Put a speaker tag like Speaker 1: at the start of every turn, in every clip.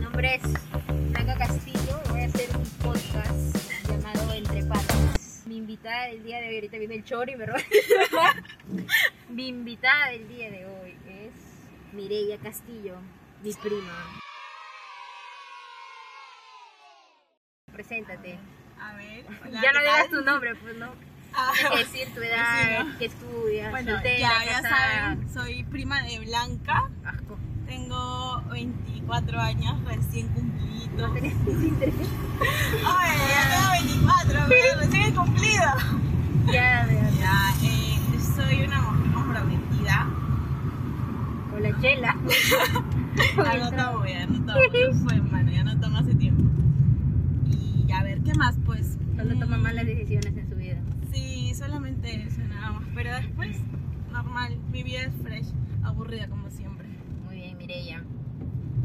Speaker 1: nombre es Blanca Castillo. Voy a hacer un podcast llamado Entre Patas. Mi invitada del día de hoy, ahorita viene el chori, pero. Mi invitada del día de hoy es Mireia Castillo, mi prima. Preséntate.
Speaker 2: A ver.
Speaker 1: ya no digas tu nombre, pues no. Hay que decir tu edad,
Speaker 2: Sí, ¿no?
Speaker 1: qué estudias,
Speaker 2: Ah, bueno,
Speaker 1: soltera,
Speaker 2: ya, ya
Speaker 1: casada.
Speaker 2: saben, soy prima de Blanca.
Speaker 1: Asco.
Speaker 2: Tengo 24 años recién cumplidos.
Speaker 1: No tenés ni interés.
Speaker 2: Ay, ya tengo 24, pero recién cumplido.
Speaker 1: Ya, vean.
Speaker 2: Ya, eh, soy una mujer comprometida.
Speaker 1: Con la chela.
Speaker 2: Ah, no tomo, ya no tomo. Ya fue, mano, ya no tomo hace tiempo. Y a ver, ¿qué más? Pues.
Speaker 1: Cuando
Speaker 2: mm,
Speaker 1: toma malas decisiones en su vida.
Speaker 2: Sí, solamente eso, nada más. Pero después, normal. Mi vida es fresh, aburrida como siempre.
Speaker 1: Muy bien, Mireya.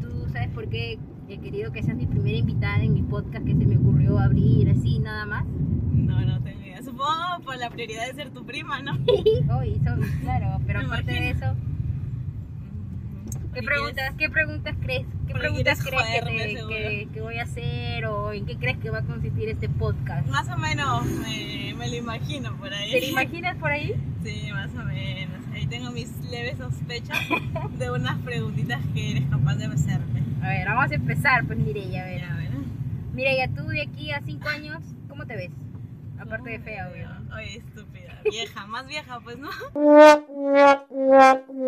Speaker 1: ¿Tú sabes por qué he querido que seas mi primera invitada en mi podcast que se me ocurrió abrir así nada más?
Speaker 2: No, no tengo idea. Supongo por la prioridad de ser tu prima, ¿no?
Speaker 1: Hoy, Oh, son- claro, pero
Speaker 2: Me
Speaker 1: aparte de eso, ¿qué
Speaker 2: Porque
Speaker 1: preguntas, qué preguntas crees, qué
Speaker 2: porque
Speaker 1: preguntas
Speaker 2: quieres
Speaker 1: crees que,
Speaker 2: joderme,
Speaker 1: te-
Speaker 2: seguro.
Speaker 1: que- que voy a hacer o en qué crees que va a consistir este podcast?
Speaker 2: quieres- Más o menos me, me lo imagino por ahí.
Speaker 1: ¿Te lo imaginas por ahí?
Speaker 2: Sí, más o menos. Ahí tengo mis leves sospechas de unas preguntitas que eres capaz de hacerme.
Speaker 1: A ver, vamos a empezar, pues Mireya, a ver.
Speaker 2: Mira, a ver.
Speaker 1: Mireya, tú de aquí a cinco años, ¿cómo te ves? Aparte de
Speaker 2: ¿Cómo me
Speaker 1: fea, obvio.
Speaker 2: veo? Oye, estúpida. Vieja, más vieja, pues no.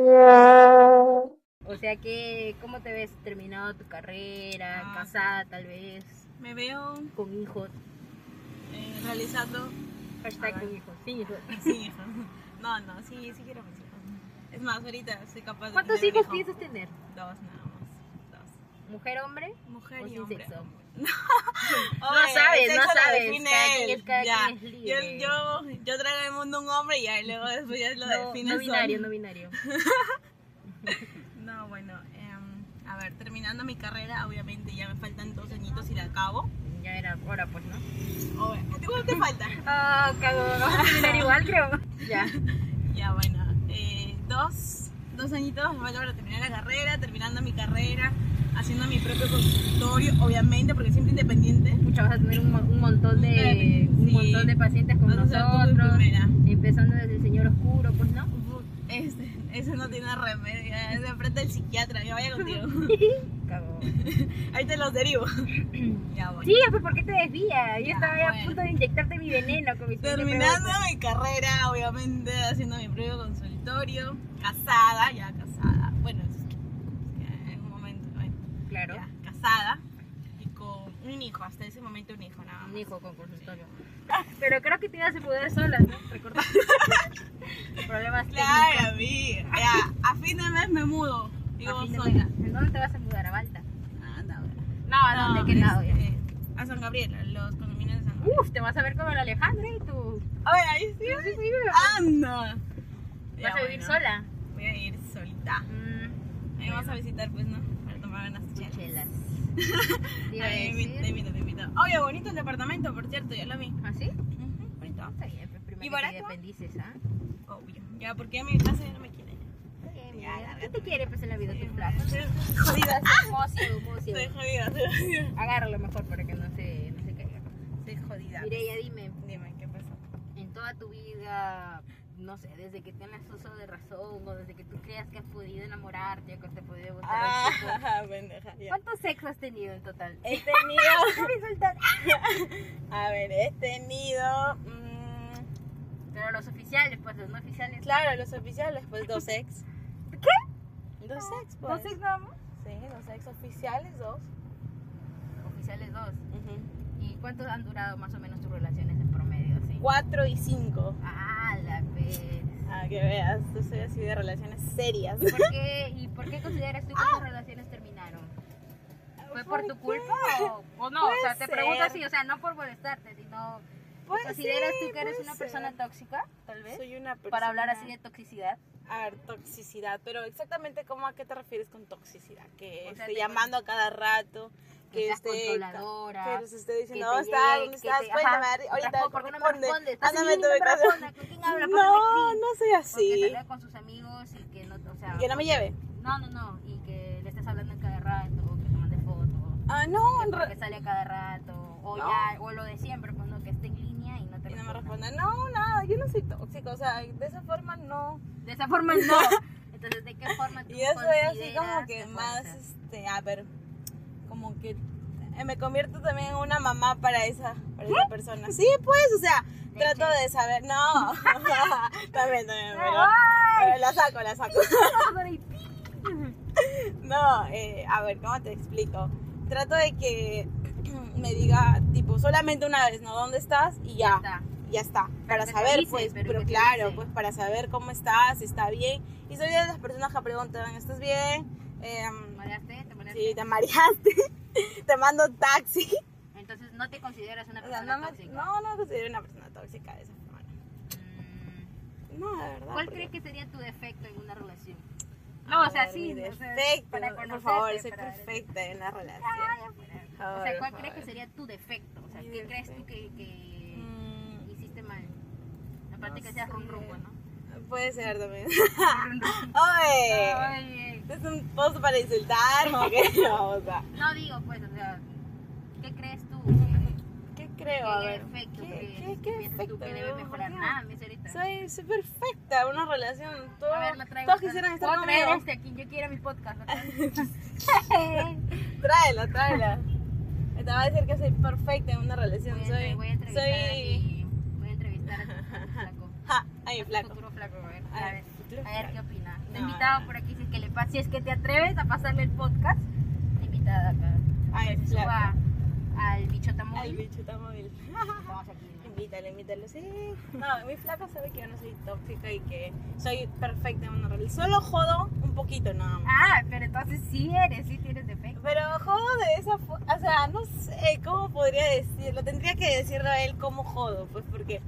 Speaker 1: O sea que, ¿cómo te ves terminado tu carrera,
Speaker 2: Ah.
Speaker 1: casada tal vez,
Speaker 2: Me veo
Speaker 1: con hijos?
Speaker 2: eh, realizando
Speaker 1: Hashtag
Speaker 2: A ver.
Speaker 1: con hijos, sin hijos.
Speaker 2: sin hijos. No, no, sí, sí quiero mis hijos. Es más, ahorita soy capaz de.
Speaker 1: ¿Cuántos
Speaker 2: tener un
Speaker 1: hijos
Speaker 2: hijo.
Speaker 1: piensas tener?
Speaker 2: Dos, nada más. Dos.
Speaker 1: ¿Mujer, hombre?
Speaker 2: Mujer
Speaker 1: ¿O
Speaker 2: y
Speaker 1: sin
Speaker 2: hombre.
Speaker 1: sexo?
Speaker 2: Oye, el
Speaker 1: sabes, no
Speaker 2: sexo lo
Speaker 1: sabes,
Speaker 2: define
Speaker 1: cada quien
Speaker 2: él,
Speaker 1: es- cada
Speaker 2: ya.
Speaker 1: quien es libre.
Speaker 2: Yo, yo, yo traigo al mundo un hombre y ya luego después ya lo
Speaker 1: No,
Speaker 2: define
Speaker 1: no binario,
Speaker 2: solo.
Speaker 1: no binario.
Speaker 2: No, bueno, em, a ver, terminando mi carrera, obviamente ya me faltan dos añitos y la acabo.
Speaker 1: Ya era hora, pues, ¿no?
Speaker 2: Obviamente, ¿cuánto te falta?
Speaker 1: Ah, cago, vamos a terminar igual, creo. Ya.
Speaker 2: Ya, bueno, eh, dos, dos añitos me falta para terminar la carrera, terminando mi carrera, haciendo mi propio consultorio, obviamente, porque siempre independiente.
Speaker 1: Pucha, vas a tener un, mo- un montón de, un
Speaker 2: Sí.
Speaker 1: montón de pacientes con
Speaker 2: Vas a ser tú mi
Speaker 1: nosotros.
Speaker 2: primera.
Speaker 1: Empezando desde el señor oscuro, pues, ¿no?
Speaker 2: Uf, Ese, ese Este, no tiene remedio, es de frente del psiquiatra, que vaya contigo.
Speaker 1: Cago.
Speaker 2: Ahí te los derivo. Ya, bueno.
Speaker 1: Sí, pues ¿por qué te desvías? Yo
Speaker 2: Ya,
Speaker 1: estaba ya a
Speaker 2: bueno.
Speaker 1: punto de inyectarte mi veneno con mis
Speaker 2: Terminando mi carrera, obviamente, haciendo mi propio consultorio, casada, ya casada. Bueno, es que en un momento, bueno,
Speaker 1: Claro.
Speaker 2: ya casada y con un hijo, hasta ese momento un hijo, nada más.
Speaker 1: Un hijo con consultorio. Ah, Pero creo que te ibas a poder sola, ¿no? Recordar. Problemas
Speaker 2: Claro, amiga. Ya, a fin de mes me mudo, digo
Speaker 1: técnicos. A fin de
Speaker 2: sola.
Speaker 1: cuentas, ¿En dónde te vas a mudar? ¿A Balta?
Speaker 2: Anda, ahora.
Speaker 1: No, ¿a dónde? ¿Qué
Speaker 2: No,
Speaker 1: lado ya?
Speaker 2: este, A San Gabriel, a los condominios de San Gabriel.
Speaker 1: Uf, te vas a ver como la Alejandra y tú.
Speaker 2: Oye, ahí sí.
Speaker 1: Sí, sí,
Speaker 2: Anda.
Speaker 1: ¿Vas
Speaker 2: Ah, Ya,
Speaker 1: a vivir
Speaker 2: bueno,
Speaker 1: sola?
Speaker 2: Voy a ir solita.
Speaker 1: Mm,
Speaker 2: Ahí vamos a visitar, pues, ¿no? Para tomar unas chelas.
Speaker 1: chelas. Te iba a
Speaker 2: Ay, me- Te
Speaker 1: decir.
Speaker 2: invito, te invito. Oye, bonito el departamento, por cierto, ya lo vi.
Speaker 1: ¿Ah, sí?
Speaker 2: Ujú, Bonito.
Speaker 1: Está bien, pues primero
Speaker 2: ¿Y
Speaker 1: que te
Speaker 2: barato?
Speaker 1: independices, ¿ah?
Speaker 2: Obvio. Ya, porque mi casa ya no me quiere.
Speaker 1: Está bien,
Speaker 2: Ya,
Speaker 1: mira. ¿Qué
Speaker 2: lárgate.
Speaker 1: te quiere pues en la vida tus flacos?
Speaker 2: Estoy
Speaker 1: Jodidas,
Speaker 2: Ah.
Speaker 1: hermoso,
Speaker 2: jodida, estoy jodida.
Speaker 1: Agárralo mejor para que no se, no se caiga.
Speaker 2: Estoy jodida.
Speaker 1: Mireya, dime,
Speaker 2: Dime, ¿qué pasó?
Speaker 1: en toda tu vida, no sé, desde que tienes uso de razón o desde que tú creas que has podido enamorarte o que te has podido gustar a un chico,
Speaker 2: Ah, Eh, pendeja. Ya.
Speaker 1: ¿cuántos sexos has tenido en total?
Speaker 2: He tenido.
Speaker 1: Déjame soltar.
Speaker 2: Este A ver, he tenido. mm,
Speaker 1: Pero los oficiales, pues los no oficiales.
Speaker 2: claro, los oficiales, pues dos ex. ¿Qué? Dos ex, pues.
Speaker 1: Ah, ¿Dos sexos nada más?
Speaker 2: Sí, dos ex oficiales, dos.
Speaker 1: Oficiales dos. ¿Y cuántos han durado más o menos tus relaciones en promedio? Así?
Speaker 2: Cuatro y cinco.
Speaker 1: Ah, la vez.
Speaker 2: Ah, que veas, yo soy así de relaciones serias.
Speaker 1: ¿Por qué, ¿Y por qué consideras tú que esas relaciones terminaron? ¿Fue por tu
Speaker 2: Ah. qué?
Speaker 1: culpa o, o no?
Speaker 2: Puede
Speaker 1: o sea, te
Speaker 2: ser.
Speaker 1: pregunto así, o sea, no por molestarte, sino
Speaker 2: Pues
Speaker 1: ¿Consideras
Speaker 2: sí,
Speaker 1: tú que eres
Speaker 2: puede
Speaker 1: una
Speaker 2: ser.
Speaker 1: persona tóxica, tal vez?
Speaker 2: Soy una persona.
Speaker 1: Para hablar así de toxicidad.
Speaker 2: A ver, toxicidad. Pero exactamente, ¿cómo a qué te refieres con toxicidad? Que
Speaker 1: O sea, te-
Speaker 2: esté llamando a cada rato.
Speaker 1: Que
Speaker 2: Que
Speaker 1: seas
Speaker 2: esté.
Speaker 1: controladora,
Speaker 2: Que nos esté diciendo,
Speaker 1: que te
Speaker 2: ¿dónde estás?
Speaker 1: llegue,
Speaker 2: ¿Dónde
Speaker 1: que
Speaker 2: estás?
Speaker 1: te-
Speaker 2: Cuéntame.
Speaker 1: ajá,
Speaker 2: Ahorita
Speaker 1: Rafa, ¿por qué no me respondes? Estás
Speaker 2: Ándame
Speaker 1: en
Speaker 2: tu
Speaker 1: mi
Speaker 2: ubicación.
Speaker 1: persona, ¿con quién habla?
Speaker 2: No, no soy
Speaker 1: Porque
Speaker 2: así.
Speaker 1: salga con sus amigos y que no, o sea...
Speaker 2: Que no me lleve.
Speaker 1: No, no, no, y que le estés hablando en cada rato, o que te mande fotos.
Speaker 2: Ah, no, en
Speaker 1: Porque
Speaker 2: re-
Speaker 1: sale a cada rato. O,
Speaker 2: No.
Speaker 1: ya, o lo de siempre, pues no, que esté en línea y no te
Speaker 2: y no me
Speaker 1: responda.
Speaker 2: responde, no, nada, yo no soy tóxico, o sea, de esa forma no.
Speaker 1: De esa forma no. Entonces, ¿de qué forma tú
Speaker 2: Y yo soy así
Speaker 1: consideras
Speaker 2: como que
Speaker 1: puede
Speaker 2: más,
Speaker 1: ser?
Speaker 2: este, a ver, como que eh, me convierto también en una mamá para esa, para esa persona. Sí, pues, o sea,
Speaker 1: Leche.
Speaker 2: trato de saber, no, también, también, pero,
Speaker 1: Ay.
Speaker 2: pero la saco, la saco. No, eh, a ver, ¿cómo te explico? Trato de que me diga, tipo, solamente una vez, ¿no? ¿Dónde estás? Y ya,
Speaker 1: Está.
Speaker 2: ya está. Para
Speaker 1: te
Speaker 2: saber,
Speaker 1: dice,
Speaker 2: pues,
Speaker 1: pero
Speaker 2: pero,
Speaker 1: que te
Speaker 2: claro,
Speaker 1: dice.
Speaker 2: pues para saber cómo estás, si está bien. Y soy de las personas que preguntan, ¿estás bien? Em,
Speaker 1: ¿Te mareaste? ¿Te mareaste?
Speaker 2: si te mareaste, te mando un taxi.
Speaker 1: Entonces, ¿no te consideras una
Speaker 2: O sea,
Speaker 1: persona
Speaker 2: no, me,
Speaker 1: tóxica?
Speaker 2: no, no me considero una persona tóxica de esa forma.
Speaker 1: Mm,
Speaker 2: No, de verdad.
Speaker 1: ¿Cuál
Speaker 2: porque-
Speaker 1: crees que sería tu defecto en una relación?
Speaker 2: A
Speaker 1: No, o sea,
Speaker 2: ver,
Speaker 1: sí.
Speaker 2: mi
Speaker 1: o sea,
Speaker 2: defecto,
Speaker 1: para
Speaker 2: por
Speaker 1: conocerte,
Speaker 2: favor, soy
Speaker 1: para ver-
Speaker 2: perfecta en la relación.
Speaker 1: O
Speaker 2: Ay,
Speaker 1: sea, ¿cuál
Speaker 2: por
Speaker 1: crees que
Speaker 2: favor.
Speaker 1: sería tu defecto? O sea,
Speaker 2: Mi
Speaker 1: ¿qué crees tú
Speaker 2: defecto.
Speaker 1: que, que
Speaker 2: Mm.
Speaker 1: hiciste mal? Aparte
Speaker 2: No
Speaker 1: que seas
Speaker 2: sé.
Speaker 1: rum rumbo, ¿no?
Speaker 2: Puede ser también.
Speaker 1: Rum-rum.
Speaker 2: ¡Oye!
Speaker 1: Oye.
Speaker 2: ¿Este es un post para insultar o qué? O sea,
Speaker 1: No digo, pues, o sea, ¿qué crees tú? que-
Speaker 2: ¿qué creo? A
Speaker 1: ¿Qué
Speaker 2: ver.
Speaker 1: defecto
Speaker 2: ¿Qué,
Speaker 1: que
Speaker 2: qué, qué
Speaker 1: piensas tú
Speaker 2: defecto?
Speaker 1: que debe
Speaker 2: Por
Speaker 1: mejorar? Ah,
Speaker 2: Dios.
Speaker 1: Nada, me dice ahorita.
Speaker 2: Soy, soy perfecta en una relación. Todo,
Speaker 1: A ver, lo traigo.
Speaker 2: todos quisieran estar
Speaker 1: Puedo traer
Speaker 2: conmigo.
Speaker 1: este aquí, yo quiero mi podcast. ¿lo traes?
Speaker 2: Tráela, tráela. Te va a decir que soy perfecta en una relación.
Speaker 1: Voy a,
Speaker 2: soy.
Speaker 1: entre- voy a entrevistar a
Speaker 2: soy.
Speaker 1: mi, voy a entrevistar a tu flaco.
Speaker 2: Ja, ay,
Speaker 1: A tu
Speaker 2: flaco.
Speaker 1: futuro flaco, a ver,
Speaker 2: A
Speaker 1: a
Speaker 2: ver,
Speaker 1: ver,
Speaker 2: futuro
Speaker 1: a ver
Speaker 2: flaco.
Speaker 1: qué opina. Te
Speaker 2: No.
Speaker 1: invitado por aquí si es que le pasa, si es que te atreves a pasarle el podcast, te invitada acá.
Speaker 2: Ay,
Speaker 1: Que se
Speaker 2: flaco.
Speaker 1: suba al bichota
Speaker 2: Ay,
Speaker 1: móvil.
Speaker 2: bicho, está móvil.
Speaker 1: Vamos aquí. ¿no?
Speaker 2: Invítalo, invítalo, sí. No, mi flaco sabe que yo no soy tóxica y que soy perfecta en una relación. Solo jodo un poquito nada más.
Speaker 1: Ah, pero entonces sí eres, sí tienes defecto.
Speaker 2: Pero jodo de esa forma, o sea, no sé cómo podría decirlo. Tendría que decirlo a él cómo jodo, pues porque,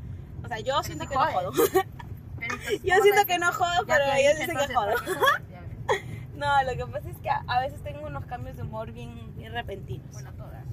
Speaker 2: o sea, yo siento
Speaker 1: sí
Speaker 2: que no
Speaker 1: jodes.
Speaker 2: jodo.
Speaker 1: Pero entonces,
Speaker 2: Yo
Speaker 1: ¿cómo
Speaker 2: siento
Speaker 1: sabes
Speaker 2: que no jodo,
Speaker 1: Ya
Speaker 2: pero
Speaker 1: te
Speaker 2: ellos
Speaker 1: dije,
Speaker 2: dicen que jodo.
Speaker 1: entonces, ¿por qué jodes? Ya ves.
Speaker 2: No, lo que pasa es que a, a veces tengo unos cambios de humor bien, bien repentinos.
Speaker 1: Bueno, todas.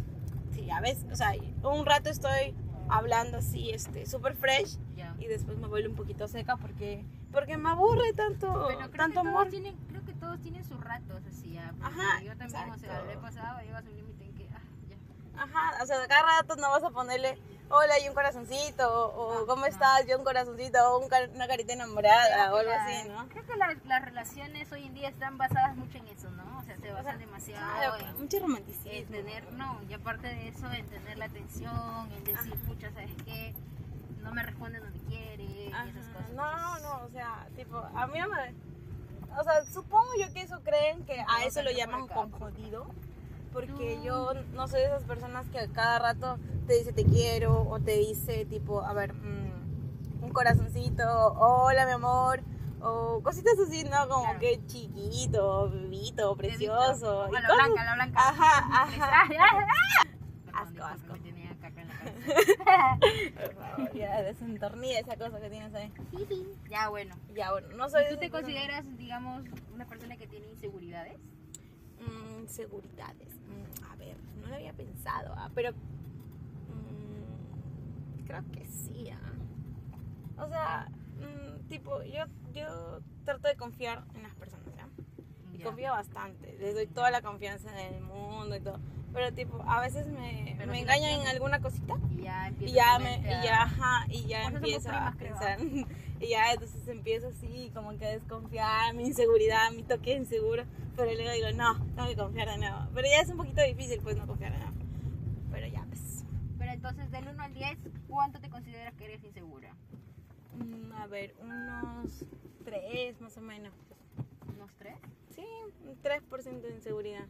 Speaker 2: Sí, a veces, o sea, un rato estoy hablando así, este, súper fresh
Speaker 1: Ya.
Speaker 2: y después me vuelvo un poquito seca porque, porque me aburre tanto,
Speaker 1: Pero creo
Speaker 2: tanto
Speaker 1: que todos
Speaker 2: amor.
Speaker 1: tienen, creo que todos tienen sus ratos así, ya. porque
Speaker 2: Ajá,
Speaker 1: yo también, o sea,
Speaker 2: exacto.
Speaker 1: le he pasado, llegas a un límite en que, ah, ya.
Speaker 2: Ajá, o sea, cada rato no vas a ponerle hola y un corazoncito, o, o,
Speaker 1: No,
Speaker 2: ¿cómo
Speaker 1: no.
Speaker 2: estás? Yo un corazoncito, o un car- una carita enamorada, o
Speaker 1: Creo que
Speaker 2: algo
Speaker 1: la-
Speaker 2: así, ¿no?
Speaker 1: Creo que la- las relaciones hoy en día están basadas mucho en eso, ¿no? O sea, se basan demasiado
Speaker 2: Claro,
Speaker 1: en,
Speaker 2: mucho
Speaker 1: en
Speaker 2: romanticismo.
Speaker 1: tener, no, y aparte de eso, en tener la atención, en decir, pucha, ¿sabes qué? No me responden donde quiere,
Speaker 2: Ajá,
Speaker 1: y esas cosas.
Speaker 2: No, no, no, o sea, tipo, a mí no me... O sea, supongo yo que eso creen que a
Speaker 1: No,
Speaker 2: eso lo
Speaker 1: vete por
Speaker 2: llaman
Speaker 1: acá, por
Speaker 2: conjodido, porque
Speaker 1: No.
Speaker 2: yo no soy de esas personas que a cada rato te dice te quiero, o te dice tipo, a ver, mm, un corazoncito, o hola mi amor, o cositas así, ¿no? Como
Speaker 1: Claro.
Speaker 2: que chiquito, bebito, precioso.
Speaker 1: A
Speaker 2: y
Speaker 1: la
Speaker 2: cosas-
Speaker 1: blanca, a la blanca.
Speaker 2: Ajá,
Speaker 1: Ah,
Speaker 2: ajá.
Speaker 1: ah, ah. Perdón,
Speaker 2: Asco,
Speaker 1: disculpa,
Speaker 2: asco.
Speaker 1: me tenía caca en la cabeza.
Speaker 2: Por favor, ya desentornilla esa cosa que tienes ahí.
Speaker 1: ya, bueno.
Speaker 2: Ya, bueno, no soy
Speaker 1: ¿Y
Speaker 2: de
Speaker 1: ¿Tú
Speaker 2: esas
Speaker 1: te
Speaker 2: personas.
Speaker 1: consideras, digamos, una persona que tiene inseguridades?
Speaker 2: Mm, seguridades. Mm, a ver, no lo había pensado, ah, pero mm, creo que sí. ah. O sea, mm, tipo, yo, yo trato de confiar en las personas, Mm, ¿ya? Y
Speaker 1: Ya.
Speaker 2: confío bastante, les doy toda la confianza del mundo y todo. Pero tipo, a veces me,
Speaker 1: Pero si
Speaker 2: me
Speaker 1: la
Speaker 2: engañan en
Speaker 1: tienes.
Speaker 2: alguna cosita
Speaker 1: Y ya empieza
Speaker 2: y
Speaker 1: tu
Speaker 2: ya me
Speaker 1: mente
Speaker 2: y
Speaker 1: a-
Speaker 2: ya ajá, y ya
Speaker 1: Por eso somos
Speaker 2: empiezo a
Speaker 1: primas, creo, ¿ah?
Speaker 2: pensar y ya entonces empiezo así como que a desconfiar mi inseguridad mi toque inseguro pero luego digo no tengo que confiar de nuevo pero ya es un poquito difícil pues no confiar de nuevo pero ya pues
Speaker 1: Pero entonces, del 1 al 10, ¿cuánto te consideras que eres insegura?
Speaker 2: mm, a ver unos tres más o menos
Speaker 1: ¿Unos 3?
Speaker 2: sí un 3% de inseguridad